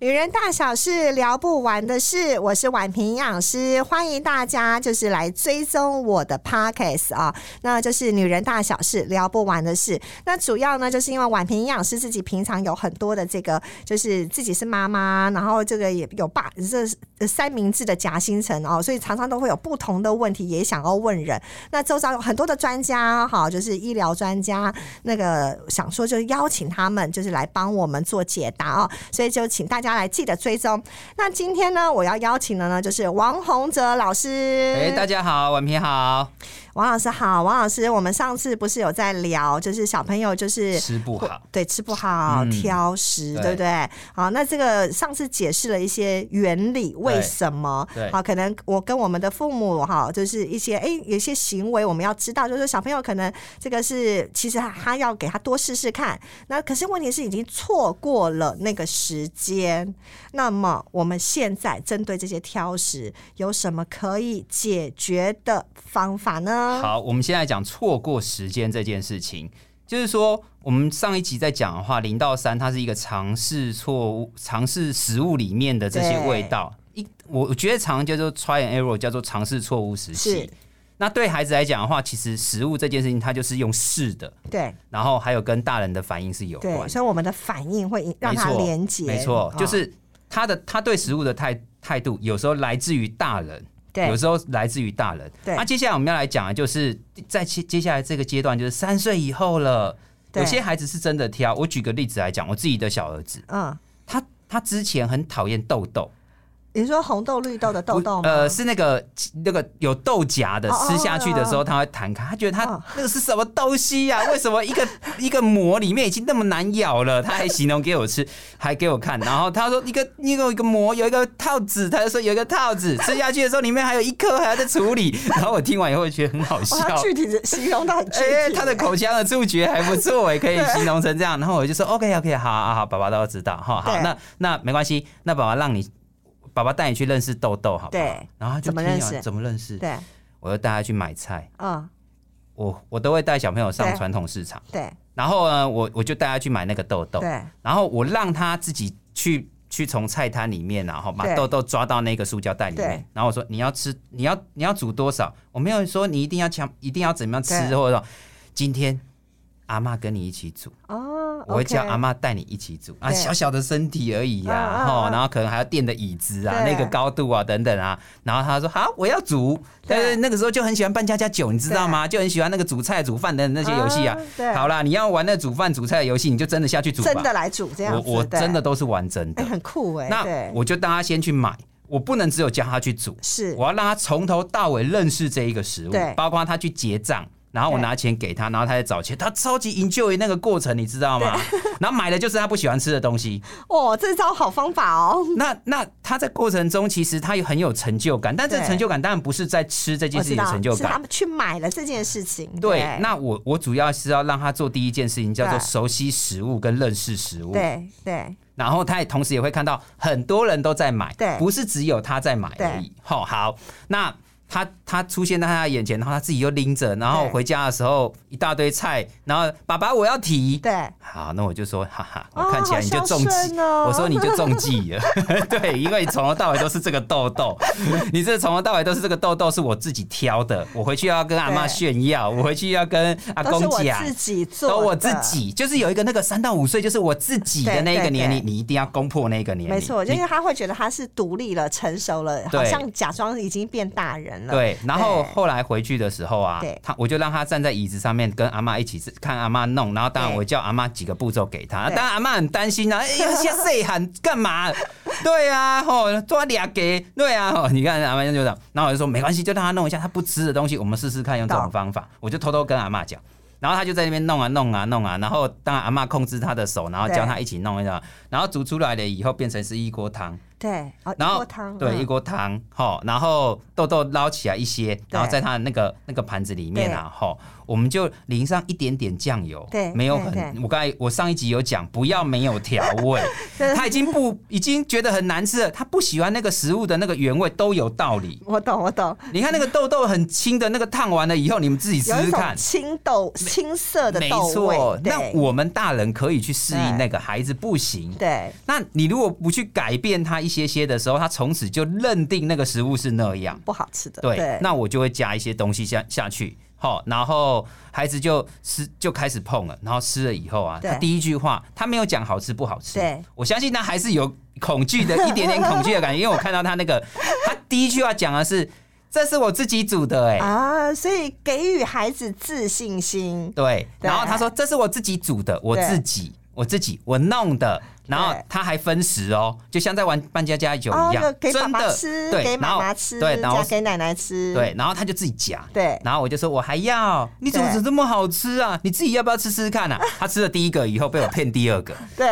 女人大小事聊不完的事，我是婉平营养师，欢迎大家就是来追踪我的 podcast 啊、那就是女人大小事聊不完的事。那主要呢，就是因为婉平营养师自己平常有很多的这个，就是自己是妈妈，然后这个也有爸这呃三明治的夹心层哦，所以常常都会有不同的问题也想要问人。那周遭有很多的专家哈，就是医疗专家，那个想说就邀请他们就是来帮我们做解答哦，所以就请大家来记得追踪。那今天呢，我要邀请的呢就是王洪哲老师。哎、大家好，婉平好，王老师好，王老师，我们上次不是有在聊，就是小朋友就是吃不好，对，吃不好，嗯挑食，对对不对？好，那这个上次解释了一些原理，为什么？对好，可能我跟我们的父母哈，就是一些哎，有些行为我们要知道，就是说小朋友可能这个是其实他要给他多试试看，那可是问题是已经错过了那个时间。那么我们现在针对这些挑食，有什么可以解决的方法呢？好，我们现在讲错过时间这件事情，就是说我们上一集在讲的话，零到三它是一个尝试错误、尝试食物里面的这些对味道。一，我我觉得常叫做 try and error，叫做尝试错误时期是。那对孩子来讲的话，其实食物这件事情，它就是用试的，对然后还有跟大人的反应是有关对，。所以我们的反应会引让没它错，连接，没错哦，就是他的他对食物的态态度，有时候来自于大人。对有时候来自于大人。对那、接下来我们要来讲的就是在接接下来这个阶段，就是三岁以后了。对有些孩子是真的挑。我举个例子来讲，我自己的小儿子，嗯。他他之前很讨厌豆豆，你说红豆绿豆的豆豆不吗？呃，是那个那个有豆荚的，哦哦吃下去的时候它会弹开，他觉得它哦那个是什么东西呀、为什么一个 一个膜里面已经那么难咬了，他还形容给我吃，还给我看，然后他说一个一个一个膜有一个套子，他就说有一个套子，吃下去的时候里面还有一颗还要再处理，然后我听完以后觉得很好笑 哇，。他具体的形容到很具体、 哎、他的口腔的触觉还不错哎，可以形容成这样。然后我就说哦 OK OK，好啊好好，爸爸都要知道哈。好，对那那没关系，那爸爸让你，爸爸带你去认识豆豆好不 好？对。然后他就怎么听认了识怎么认识？对，我就带他去买菜，嗯，我我都会带小朋友上对传统市场，对然后呢，我我就带他去买那个豆豆，对然后我让他自己去去从菜摊里面啊，然后把对豆豆抓到那个塑胶袋里面对，然后我说你要吃，你要你要煮多少？我没有说你一定要强，一定要怎么样吃，对或者说今天阿嬷跟你一起煮，哦，我会叫阿妈，嬷带你一起煮啊，对小小的身体而已嗯啊，嗯吼，嗯然后可能还要垫的椅子啊，对那个高度啊等等啊，然后他说好，我要煮，但对是那个时候就很喜欢扮家家酒，你知道吗？就很喜欢那个煮菜煮饭的那些游戏啊嗯对。好啦，你要玩那煮饭煮菜的游戏，你就真的下去煮吧。真的来煮这样我子，我对真的都是玩真哎、的。很酷哎、那 对，我就带他先去买，我不能只有教他去煮，是我要让他从头到尾认识这一个食物对，包括他去结账，然后我对拿钱给他，然后他再找钱，他超级 enjoy 那个过程，你知道吗？ 然后买的就是他不喜欢吃的东西。哦，这招好方法哦，那那他在过程中其实他有很有成就感，但这对成就感当然不是在吃这件我事知情的道，成就是他感。们去买了这件事情，对，对那我我主要是要让他做第一件事情，叫做对熟悉食物跟认识食物。对对然后他也同时也会看到很多人都在买，对不是只有他在买而已。好、好，那他他出现在他的眼前，然后他自己又拎着，然后对回家的时候一大堆菜，然后爸爸我要提。对，好，那我就说，哈哈，哦我看起来你就中好孝计，顺哦 我说你就中计了， 对，因为你从头到尾都是这个痘 痘，你这从头到尾都是这个痘痘是我自己挑的，我回去要跟阿妈对炫耀，我回去要跟阿都是公我讲，自己做的，都我自，己，就是有一个那个三到五岁，就是我自己的那一个对对年龄，对你一定要攻破那个年龄。没错，就你因为他会觉得他是独立了、成熟了，好对像假装已经变大人了，对，然后对后来回去的时候啊对，他我就让他站在椅子上面跟阿妈一起看阿妈弄，然后当然对我叫阿妈几个步骤给他，对当然阿妈很担心啊，哎呀，现在谁喊干嘛？ 对啊，吼，抓俩给，对啊，吼，你看阿妈就这样，然后我就说没关系，就让他弄一下他不吃的东西，我们试试看用这种懂方法，我就偷偷跟阿妈讲。然后他就在那边弄啊弄啊弄啊，然后当然阿妈控制他的手，然后教对他一起弄一弄，然后煮出来了以后变成是一锅汤，对，哦，然一后锅汤，对一嗯锅汤，吼，然后豆豆捞起来一些，然后对在它的那个那个盘子里面啊，吼，我们就淋上一点点酱油，对没有对很对，我刚才我上一集有讲，不要没有调味 对，他已经不已经觉得很难吃了，他不喜欢那个食物的那个原味都有道 理。我懂，我懂，你看那个豆豆很轻的那个烫完了以后，你们自己试有一试种看，青豆青色的没豆错味，。那对我们大人可以去适应对那个，孩子不行。对那你如果不去改变他一些些的时候，他从此就认定那个食物是那样。不好吃的，对，对，那我就会加一些东西下下去，好，然后孩子就吃就开始碰了，然后吃了以后啊，对他第一句话他没有讲好吃不好吃，对，我相信他还是有恐惧的一点点恐惧的感觉，因为我看到他那个他第一句话讲的是这是我自己煮的、欸，哎、啊，所以给予孩子自信心，对，对然后他说这是我自己煮的，我对自己我自己我弄的，然后对他还分食哦，就像在玩扮家家酒一样，哦，给爸真爸的吃，对，给然妈后妈吃，对，然后加给奶奶吃，对，然后他就自己夹，对然后我就说我还要，你怎么对煮这么好吃啊？你自己要不要吃吃看啊？他吃了第一个以后被我骗第二个，对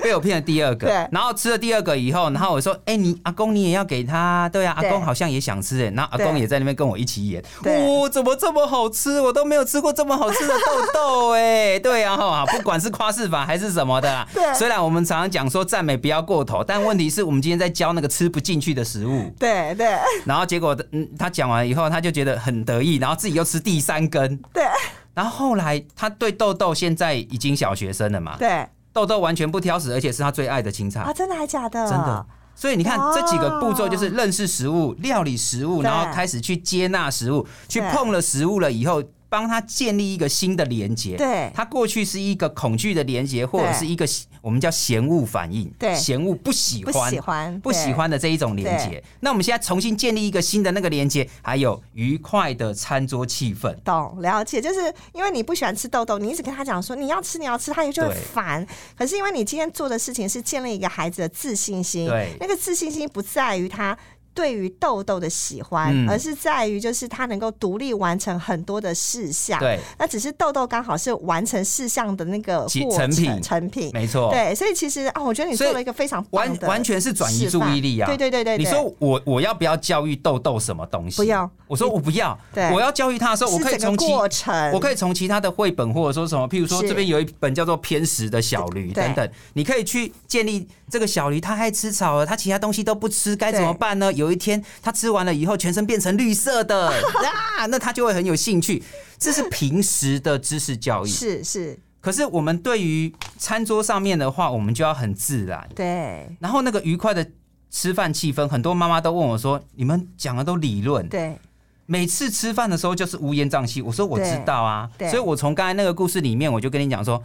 被我骗了第二个对，然后吃了第二个以后，然后我说，哎、你阿公你也要给他，对啊，阿对公好像也想吃哎，然后阿对公也在那边跟我一起演，哇、对怎么这么好吃？我都没有吃过这么好吃的豆豆哎，对啊哈，不管是夸饰法还是什么的啦，对虽然我们常常讲说赞美不要过头，但问题是我们今天在教那个吃不进去的食 物。对对然后结果，嗯，他讲完以后，他就觉得很得意，然后自己又吃第三根。对然后后来，他对豆豆现在已经小学生了嘛，对豆豆完全不挑食，而且是他最爱的青菜，啊，真的还假的？真的。所以你看哇这几个步骤，就是认识食物、料理食物，对然后开始去接纳食物，去对碰了食物了以后，帮他建立一个新的连接。对他过去是一个恐惧的连接，或者对是一个我们叫嫌恶反应，对嫌恶不喜不欢喜，欢，不喜对，欢的这一种连接。那我们现在重新建立一个新的那个连接，还有愉快的餐桌气氛。懂了解，就是因为你不喜欢吃豆豆，你一直跟他讲说你要吃你要吃，他也就会对烦。可是因为你今天做的事情是建立一个孩子的自信心，对那个自信心不在于他。对于豆豆的喜欢，嗯而是在于就是他能够独立完成很多的事项。对，那只是豆豆刚好是完成事项的那个其过成程品成品。没错。对，所以其实啊，我觉得你所以做了一个非常棒完的完全是转移示注范意力啊！对对对对，你对说我我要不要教育豆豆什么东西？不要。我说我不要。对我要教育他的时候，我是可以整从个其过程，我以可以从其他的绘本或者说什么，譬如说是这边有一本叫做《偏食的小驴》对等等，你可以去建立这个小驴，它爱吃草了，它其他东西都不吃，该怎么办呢？有一天它吃完了以后，全身变成绿 色的啊，那它就会很有兴趣。这是平时的知识教育，是是，可是我们对于餐桌上面的话，我们就要很自然。对然后那个愉快的吃饭气氛，很多妈妈都问我说：“你们讲的都理论，对每次吃饭的时候就是乌烟瘴气。”我说：“我知道啊。”对对所以我从刚才那个故事里面，我就跟你讲说，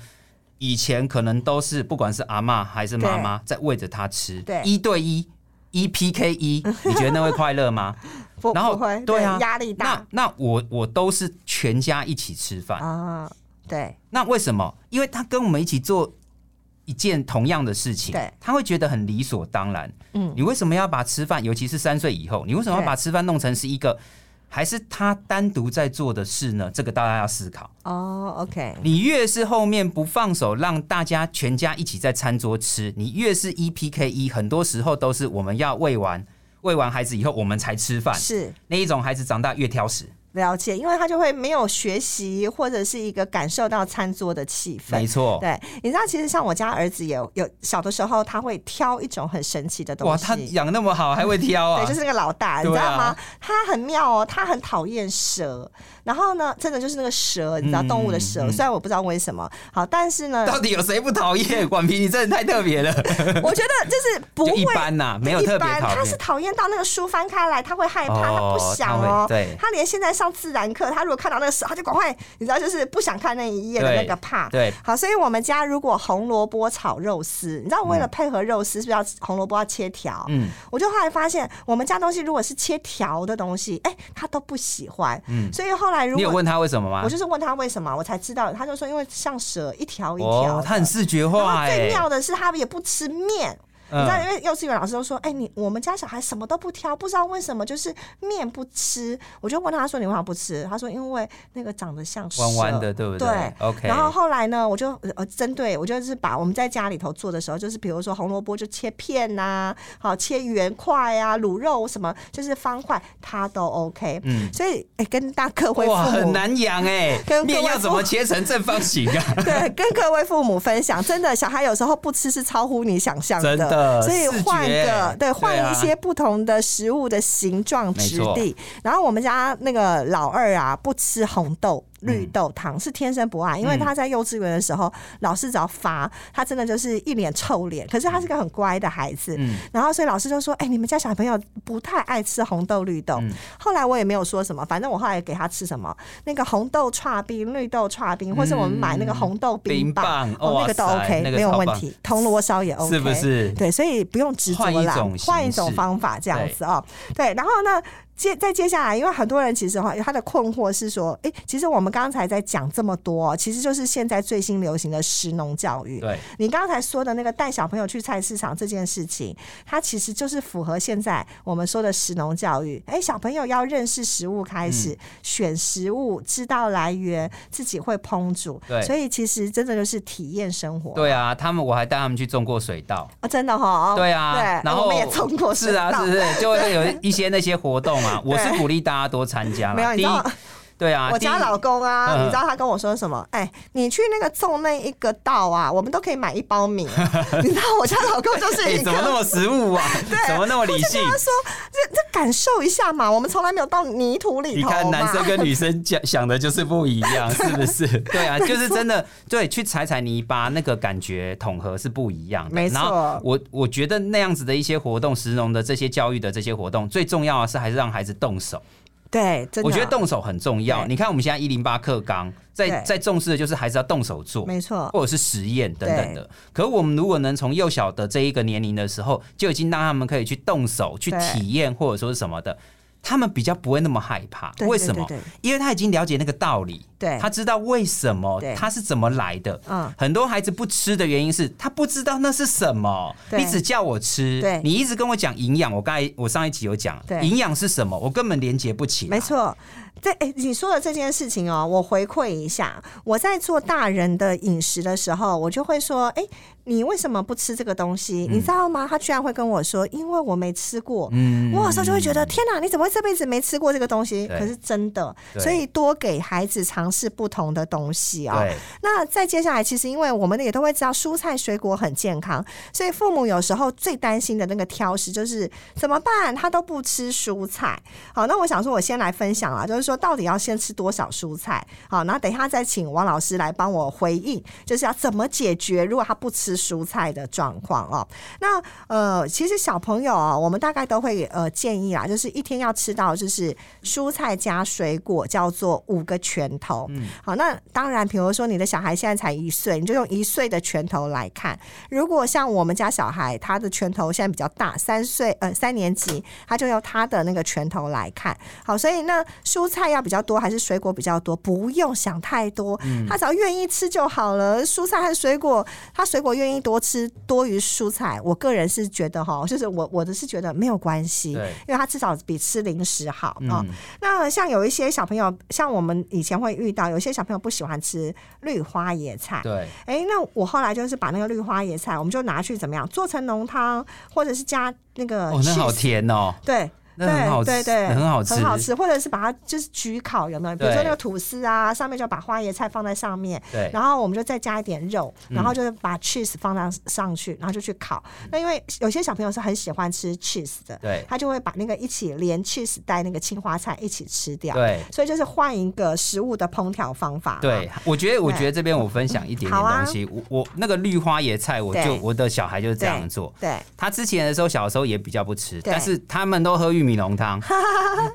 以前可能都是不管是阿嬷还是妈妈在喂着他吃，对一对一。一 PK 一，你觉得那会快乐吗？不然后不会对啊压力 大那那我我都是全家一起吃饭，啊，对那为什么？因为他跟我们一起做一件同样的事情，对他会觉得很理所当然。嗯嗯，你为什么要把吃饭，尤其是三岁以后，你为什么要对把吃饭弄成是一个还是他单独在做的事呢？这个大家要思考。哦，OK，你越是后面不放手，让大家全家一起在餐桌吃，你越是 E 一 PK 一，很多时候都是我们要喂完。喂完孩子以后，我们才吃饭。是那一种孩子长大越挑食，了解，因为他就会没有学习或者是一个感受到餐桌的气没氛。错。对，你知道，其实像我家儿子有有小的时候，他会挑一种很神奇的东西。哇，他养那么好，还会挑 啊？对，就是那个老大，你对知道啊吗？他很妙哦，他很讨厌蛇。然后呢，真的就是那个蛇，你知道嗯动物的蛇，嗯虽然我不知道为什么，好，但是呢，到底有谁不讨厌？管皮，你真的太特别了，我觉得就是不就会一般呐、没有一特别般讨他是厌。讨厌到那个书翻开来，他会害怕，哦他不想他哦会。对他连现在上自然课，他如果看到那个蛇，他就赶快，你知道，就是不想看那一页的对那个怕。对，好，所以我们家如果红萝卜炒肉丝，你知道我为了配合肉丝，是不是要红萝卜要切条？嗯，我就后来发现，我们家东西如果是切条的东西，哎、他都不喜欢。嗯，所以后来如你有果问他为什么吗我？就是问他为什么，我才知道，他就说因为像蛇一条一条的。哦哦，他很视觉化然后最哎、妙的是，他也不吃面。嗯你知道，因为幼稚园老师都说，哎、你我们家小孩什么都不挑，不知道为什么就是面不吃。我就问他说，你为什么不吃？他说因为那个长得像蛇弯弯的，对不对？OK，然后后来呢，我就呃针对我就是把我们在家里头做的时候，就是比如说红萝卜就切片呐、好切圆块啊，卤肉什么就是方块，他都 OK。嗯，所以哎、跟大各位哇，父很母。难养哎、 跟各位面要怎么切成正方形 啊？对，跟各位父母分享，真的，小孩有时候不吃是超乎你想象的，真的所以换视个觉对换对啊一些不同的食物的形状质地。然后我们家那个老二啊，不吃红豆。嗯绿豆汤是天生不爱，因为他在幼稚园的时候，老师只要罚他，真的就是一脸臭脸。可是他是个很乖的孩子，嗯然后所以老师就说：“哎、你们家小朋友不太爱吃红豆绿豆。嗯后来我也没有说什么，反正我后来给他吃什么那个红豆串冰、绿豆串冰，或是我们买那个红豆冰棒，嗯冰棒哦，那个都哇塞 OK，那个没有超问棒题。铜锣烧也 OK，是不是？对，所以不用执着换一啦种，形换一种式方法这样子哦。对，然后呢，接再接下来，因为很多人其实哈，他的困惑是说，哎、其实我们刚才在讲这么多哦，其实就是现在最新流行的食农教育。对，你刚才说的那个带小朋友去菜市场这件事情，它其实就是符合现在我们说的食农教育。哎，小朋友要认识食物开始，嗯选食物，知道来源，自己会烹煮。对所以其实真的就是体验生活。对啊，他们我还带他们去种过水稻。啊，真的哈、哦。对啊，对，然后我们也冲过是啊，是。是 不是就会有一些那些活动啊？我是鼓励大家多参加啦。没有，你第知一道，对啊，我第一家老公啊，嗯你知道他跟我说什么？哎，你去那个种那一个稻啊，我们都可以买一包米。 你知道我家老公就是 哎一个怎么那么实物 啊？怎么那么理性？他说：“这这感受一下嘛，我们从来没有到泥土里你头嘛。看，男生跟女生讲 想的就是不 一样，是不是？对 啊，就是真的，对，去踩踩泥巴，那个感觉统合是不一样的。没错然后我我觉得那样子的一些活动，石农的这些教育的这些活动，最重要的是还是让孩子动手。对，真的，我觉得动手很重要。对你看我们现在一零八课纲，在对在重视的就是孩子要动手做。没错，或者是实验等等的。可我们如果能从幼小的这一个年龄的时候，就已经让他们可以去动手、去对体验或者说是什么的，他们比较不会那么害怕。对为什么？对对因为他已经了解那个道理，对他知道为什么对，他是怎么来的。嗯很多孩子不吃的原因是他不知道那是什么，对你只叫我吃对，你一直跟我讲营养，我刚才我上一集有讲对营养是什么，我根本连接不起来。没错。这哎、你说的这件事情哦，我回馈一下。我在做大人的饮食的时候，我就会说：哎、你为什么不吃这个东西？你知道吗？他居然会跟我说：因为我没吃过。嗯我有时候就会觉得，天哪，你怎么会这辈子没吃过这个东西？对可是真的，对所以多给孩子尝试不同的东西啊、对那再接下来，其实因为我们也都会知道蔬菜水果很健康，所以父母有时候最担心的那个挑食就是怎么办？他都不吃蔬菜。好，那我想说，我先来分享啊，就是说到底要先吃多少蔬菜？好，然后等一下再请王老师来帮我回应，就是要怎么解决如果他不吃蔬菜的状况哦。那呃，其实小朋友啊，我们大概都会呃建议啦，就是一天要吃到就是蔬菜加水果，叫做五个拳头。好，那当然，比如说你的小孩现在才一岁，你就用一岁的拳头来看。如果像我们家小孩，他的拳头现在比较大，三岁呃三年级，他就用他的那个拳头来看。好，所以那蔬菜要比较多还是水果比较多？不用想太多，嗯他只要愿意吃就好了。蔬菜和水果，他水果愿意多吃多于蔬菜，我个人是觉得哈，就是我我的是觉得没有关系，因为对他至少比吃零食好啊。嗯那像有一些小朋友，像我们以前会遇到，有一些小朋友不喜欢吃绿花野菜。对，哎、那我后来就是把那个绿花野菜，我们就拿去怎么样做成浓汤，或者是加那个哦，那好 cheese 甜哦，对。那对很好吃对对，很好吃很好吃，或者是把它就是焗烤，有没有？比如说对那个吐司啊，上面就把花椰菜放在上面，对。嗯然后我们就再加一点肉，然后就是把 cheese 放上上去，然后就去烤。那因为有些小朋友是很喜欢吃 cheese 的，对他就会把那个一起连 cheese 带那个青花菜一起吃掉。对所以就是换一个食物的烹调方法。对，，我觉得，我觉对得这边我分享一点点好啊东西。我我那个绿花野菜，我就对我的小孩就是这样对做。对，他之前的时候，小时候也比较不吃，对但是他们都喝玉米 浓汤。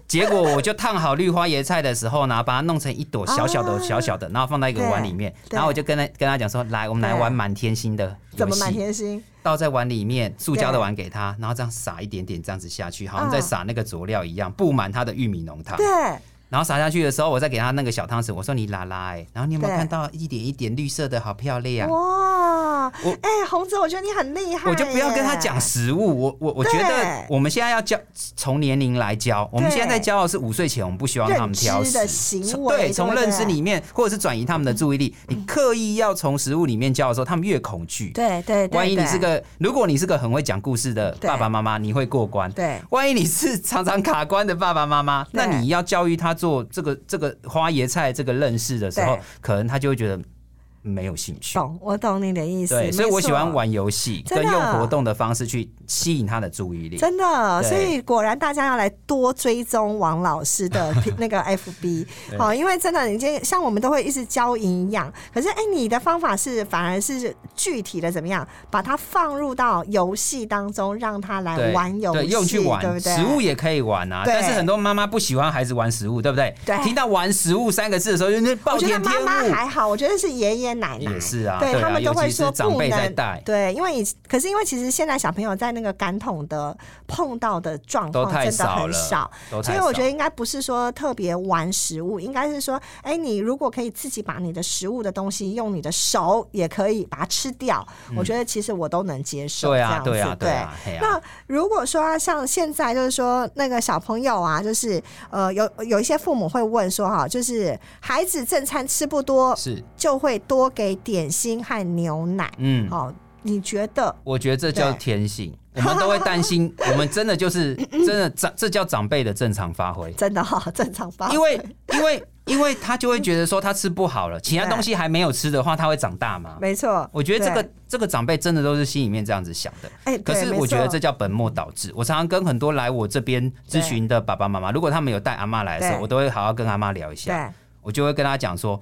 结果我就烫好绿花椰菜的时候呢，把它弄成一朵小小的、啊小小的，然后放在一个对碗里面。对然后我就跟他跟他讲说：“来，我们来对玩满天星的游怎么满戏，天星？倒在碗里面，塑胶的对碗给他，然后这样撒一点点，这样子下去，好像嗯在撒那个佐料一样，布满他的玉米浓汤。”对，然后撒下去的时候，我再给欸他那个小汤匙，我说你拉拉哎、然后你有没有对看到一点一点绿色的好漂亮？哇，哦。我哎、红子，我觉得你很厉害，我就不要跟他讲。食物，我我我觉得对我们现在要教从年龄来教，我们对现在在教的是五岁前，我们不希望他们挑认知食的行从为对，从对不对嗯认知里面或者是转移他们的注意力。你刻意要从食物里面教的时候，他们越恐惧。对对对万一你对是个，如果你是个很会讲故事的对爸爸妈妈，你会过关。对万一你是常常卡关的爸爸妈妈，对那你要教育他做这个这个花椰菜这个认识的时候对，可能他就会觉得没有兴趣。懂，我懂你的意思。对，所以我没错喜欢。玩游戏，真跟的用活动的方式去吸引他的注意力。真的，对所以果然大家要来多追踪王老师 的那个 FB，好，因为真的，你今天像我们都会一直教营养，可是哎、你的方法是反而是具体的怎么样，把它放入到游戏当中，让他来对，玩游戏，对，用去对不玩，对？食物也可以玩啊。对但是很多妈妈不喜欢孩子玩食物，对不对？对听到“玩食物”三个字的时候，就是暴我觉得妈殄妈天还哦好，我觉得是爷爷奶物。奶也是啊，对对他啊，们都尤会其是说长不辈在能带，对，因为以可是因为其实现在小朋友在那个感统的碰到的状都况太真的少很了，少，都所太以少。我觉得应该不是说特别玩食物，应该是说，哎、你如果可以自己把你的食物的东西用你的手也可以把它吃掉，我觉得其实我都能接受。嗯对这啊样，子对啊，对啊，嘿啊那如果说、啊、像现在就是说那个小朋友啊，就是呃有有一些父母会问说哈，就是孩子正餐吃不多，是，就会多给点心和牛奶。嗯，哦，你觉得？我觉得这叫对天性，我们都会担 心，我们真的就是真的长，这叫长辈的正常发挥。真的哈、 正常吧？因为因为因为他就会觉得说他吃不好了，其他东西还没有吃的话，他会长大吗？没错，我觉得这对个这个长辈真的都是心里面这样子想的，哎，可对是没我觉得错这叫本末倒置。我常常跟很多来我这边咨询的爸爸妈妈，如果他们有带阿妈来的时候，对我都会好好跟阿妈聊一下，对我就会跟他讲说，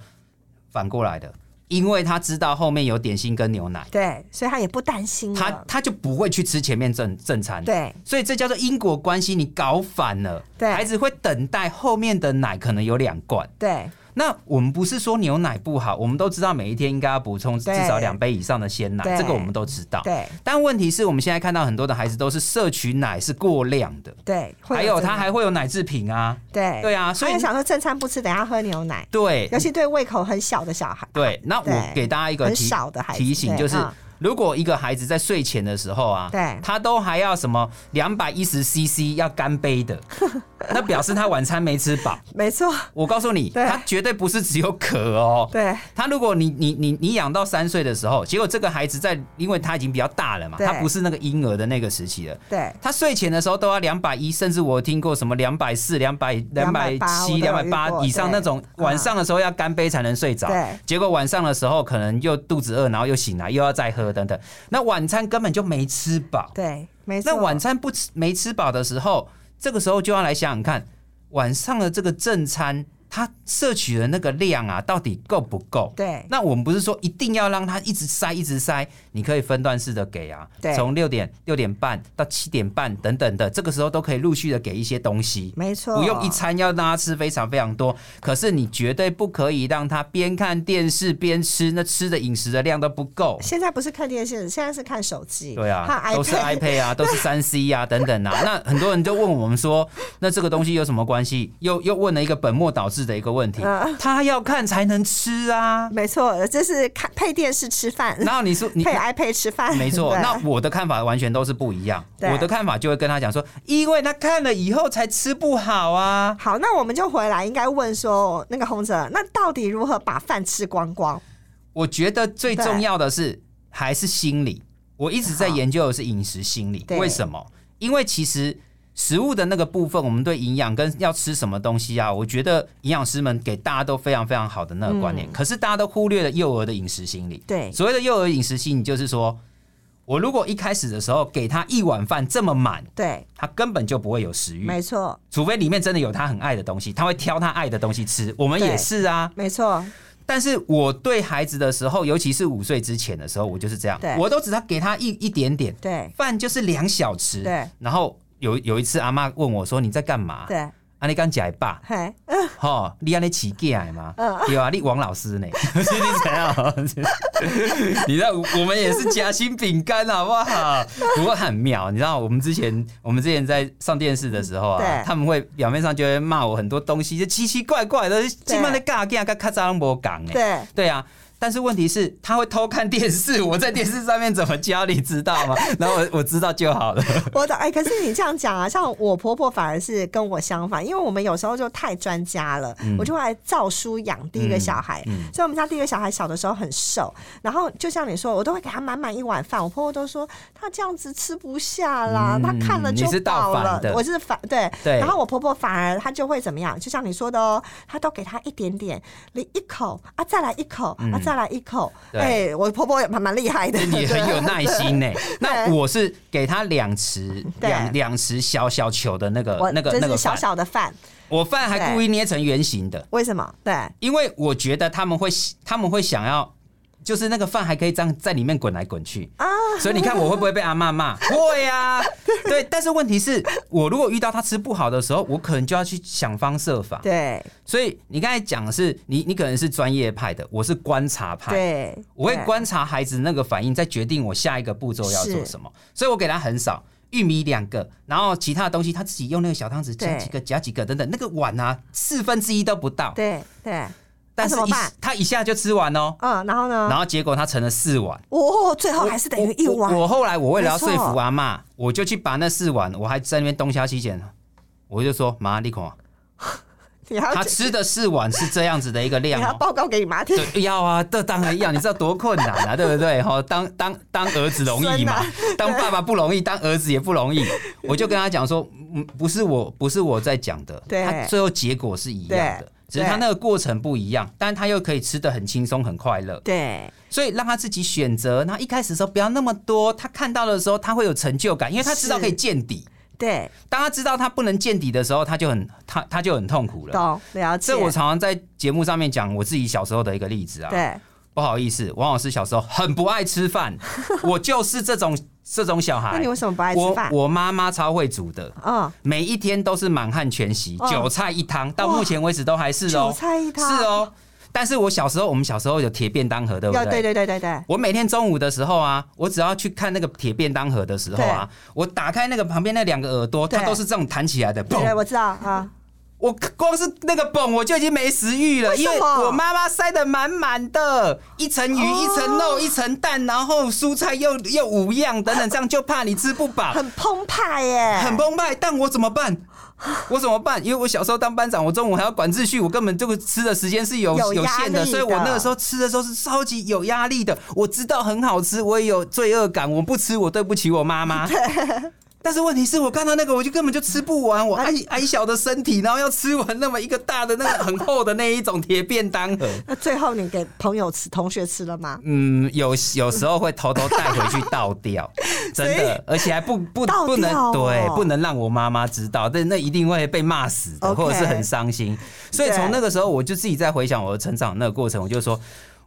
反过来的，因为他知道后面有点心跟牛奶，对，所以他也不担心他了。他就不会去吃前面正正餐，嗯对所以这叫做因果关系，你搞反了，对孩子会等待后面的奶可能有两罐。对那我们不是说牛奶不好，我们都知道每一天应该要补充至对少两杯以上的鲜奶对，这个我们都知道。对但问题是我们现在看到很多的孩子都是摄取奶是过量的，对，会还有这他个还会有奶制品啊，对对啊，所他以也想说正餐不吃，等一下喝牛奶，对尤其对胃口很小的小孩。对。那对我给大家一个很提少的孩子提醒，对就是嗯如果一个孩子在睡前的时候啊，对他都还要什么两百一十 CC 要干 杯的，那表示他晚餐没吃饱。没错，我告诉你，对他绝对不是只有渴哦，对他如果你你你你养到三岁的时候，结果这个孩子在，因为他已经比较大了嘛，对他不是那个婴儿的那个时期了。对他睡前的时候都要两百一，甚至我听过什么两百四、两百两百七、两百280八以上对那种，晚上的时候要干杯才能睡着。对结果晚上的时候可能又肚子饿，然后又醒来又要再喝等等，那晚餐根本就没吃饱。对，没错。那晚餐不吃没吃饱的时候，这个时候就要来想想看，晚上的这个正餐，它摄取的那个量啊，到底够不够？对那我们不是说一定要让它一直塞一直塞，你可以分段式的给啊对，从六点六点半到七点半等等的，这个时候都可以陆续的给一些东西。没错，不用一餐要让他吃非常非常多，可是你绝对不可以让他边看电视边吃，那吃的饮食的量都不够。现在不是看电视，现在是看手机，对啊，看都是 iPad iPad 啊，都是三 C 啊等等啊。那很多人就问我们说，那这个东西有什么关系？又又问了一个本末倒置的一个问题嗯，他要看才能吃 啊。没错，就是看配电视吃饭，然后你说你配 iPad 吃饭， 没错，对那我的看法完全都是不一样。对我的看法就会跟他讲说，因为他看了以后才吃不好啊。好，那我们就回来，应该问说那个洪哲，那到底如何把饭吃光光？我觉得最对重要的是还是心理。我一直在研究的是饮食心理，对为什么？因为其实食物的那个部分，我们对营养跟要吃什么东西啊，我觉得营养师们给大家都非常非常好的那个观念，可是大家都忽略了幼儿的饮食心理。嗯对所谓的幼儿饮食心理，就是说我如果一开始的时候给他一碗饭这么满，对，他根本就不会有食欲，没错，除非里面真的有他很爱的东西，他会挑他爱的东西吃。我们也对是啊，没错，但是我对孩子的时候，尤其是五岁之前的时候，我就是这样对，我都只要给他一一点点对饭，就是两小匙。对，然后有有一次，阿妈问我说：“你在干嘛？”对，啊，你刚讲爸，嘿，吼、你安尼起起来吗？嗯有啊，你王老师呢？ 你怎样？你知道我们也是夹心饼干好不好？不过很妙，你知道我们之前我们之前在上电视的时候啊对，他们会表面上就会骂我很多东西，就奇奇怪怪的，基本上在尬尬跟咔嚓都无讲呢。对。对啊，但是问题是，他会偷看电视，我在电视上面怎么教你知道吗？然后我我知道就好了。我懂哎、可是你这样讲啊， 像我婆婆反而是跟我相反，因为我们有时候就太专家了，我就来照书养第一个小孩，嗯嗯嗯所以我们家第一个小孩小的时候很瘦，然后就像你说，我都会给他满满一碗饭，我婆婆都说他这样子吃不下啦，嗯他看了就你是饱倒反了，的我是反对，对然后我婆婆反而她就会怎么样，就像你说的哦，她都给他一点点，你一口啊，再来一口、啊，嗯再来一口，对哎、我婆婆也蛮蛮厉害 的， 你很有耐心 呢、那啊对我是给他两匙对两两匙小小球的那个我那个就那是个小饭，小的饭，我饭还故意捏成圆形的，为什么？对。因为我觉得他们会他们会想要。就是那个饭还可以这样在里面滚来滚 去啊，所以你看我会不会被阿妈骂？会呀、啊，对。但是问题是我如果遇到他吃不好的时候，我可能就要去想方设法。对所以你刚才讲的是你你可能是专业派的，我是观察派。对，我会对观察孩子那个反应，再决定我下一个步骤要做什么。所以我给他很少玉米两个，然后其他的东西他自己用那个小汤匙夹对几个夹几个等等，那个碗啊四分之一都不到，对对，但是那怎一么办他一下就吃完哦，嗯，然后呢？然后结果他盛了四碗。哦，最后还是等于一碗我。我后来我为了要说没错服阿妈，我就去把那四碗，我还在那边东削西捡，我就说妈，你看啊，你还要他去吃的四碗是这样子的一个你量还要哦。报告给你妈听。对，要啊，这当然要，你知道多困难啊，对不对？哈，当当当儿子容易孙嘛啊，当爸爸不容易，当儿子也不 容易。我就跟他讲说，嗯，不是我，不是我在讲的，对他最后结果是一样的对，只是他对那个过程不一样，但他又可以吃的很轻松，很快乐，对所以让他自己选择。然后一开始的时候不要那么多，他看到的时候他会有成就感，因为他知道是可以见底。 对，当他知道他不能见底的时候，他就很他他就很痛苦了。懂了解。这我常常在节目上面讲我自己小时候的一个例子啊。对不好意思，王老师小时候很不爱 吃饭，我就是这种这种小那孩你。为什么不爱吃我饭？我妈妈超会煮的，嗯，每一天都是满汉全席，哦九菜一汤，到目前为止都还是韭哦，菜一汤是，哦。但是我小时候，我们小时候有铁便当盒，对不要对？对对对对对，我每天中午的时候啊，我只要去看那个铁便当盒的时候啊，我打开那个旁边那两个耳朵，它对都是这种弹起来的，对对嘣！我知道啊。我光是那个嘣，我就已经没食欲了，为因什么为我妈妈塞的满满的，一层鱼、哦一层肉、一层蛋，然后蔬菜又又五样等等，这样就怕你吃不饱，很澎湃耶，啊很澎湃。但我怎 么办？我怎么办？因为我小时候当班长，我中午还要管秩序，我根本这个吃的时间是有有压限的，力所以我的那个时候吃的时候是超级有压力的。我知道很好吃，我也有罪恶感，我不吃我对不起我 妈妈。但是问题是我看到那个，我就根本就吃不完，啊我矮矮小的身体，然后要吃完那么一个大的那个很厚的那一种铁便当盒。那最后你给朋友吃、同学吃了吗？嗯，有有时候会偷偷带回去倒 掉，真的，而且还不不倒掉哦不能对，不能让我妈妈知道，但那一定会被骂死的 OK 或者是很伤心。所以对从那个时候，我就自己在回想我的成长那个过程，我就说。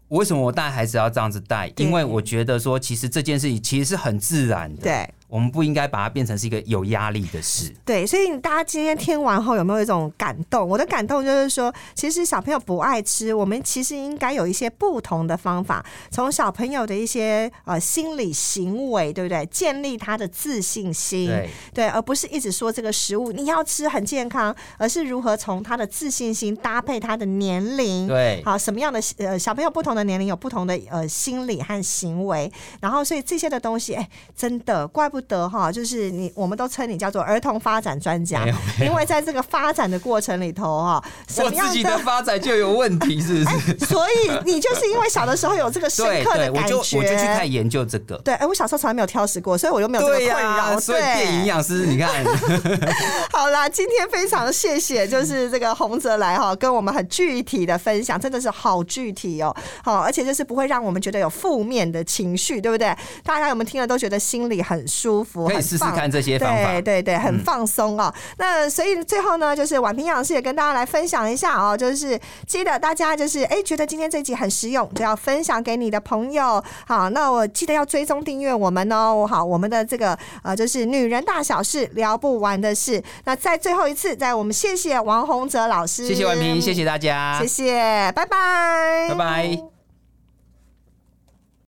为什么我带孩子要这样子带？对因为我觉得说，其实这件事情其实是很自然的，对我们不应该把它变成是一个有压力的事。对，所以大家今天听完后有没有一种感动？我的感动就是说，其实小朋友不爱吃，我们其实应该有一些不同的方法，从小朋友的一些呃心理行为，对不对？建立他的自信心，对而不是一直说这个食物你要吃很健康，而是如何从他的自信心搭配他的年龄，对好，什么样的呃小朋友不同的年龄有不同的呃心理和行为，然后所以这些的东西，哎、真的怪不得哈，就是你我们都称你叫做儿童发展专家没有， 因为在这个发展的过程里头哈，什我么自样己的发展就有问题，是不 是？所以你就是因为小的时候有这个哎深对刻对，的我感就觉，我就去看研究这个。对，哎、我小时候从来没有挑食过，所以我就没有这个对困呀、扰。所以对变营养师，你看。 好啦，今天非常谢谢，就是这个洪泽来哈，跟我们很具体的分享，真的是好具体哦，好，而且就是不会让我们觉得有负面的情绪，对不对？大家有没有听了都觉得心里很舒服，可以很试试放看这些方法对对对，很放松哦。那所以最后呢，就是宛平营养师也跟大家来分享一下哦，就是记得大家就是哎，觉得今天这集很实用，就要分享给你的朋友。好，那我记得要追踪订阅我们哦。好，我们的这个呃，就是女人大小事聊不完的事。那在最后一次，在我们谢谢王洪哲老师，嗯啊谢谢婉平，谢，谢大家，谢谢，拜拜，拜拜。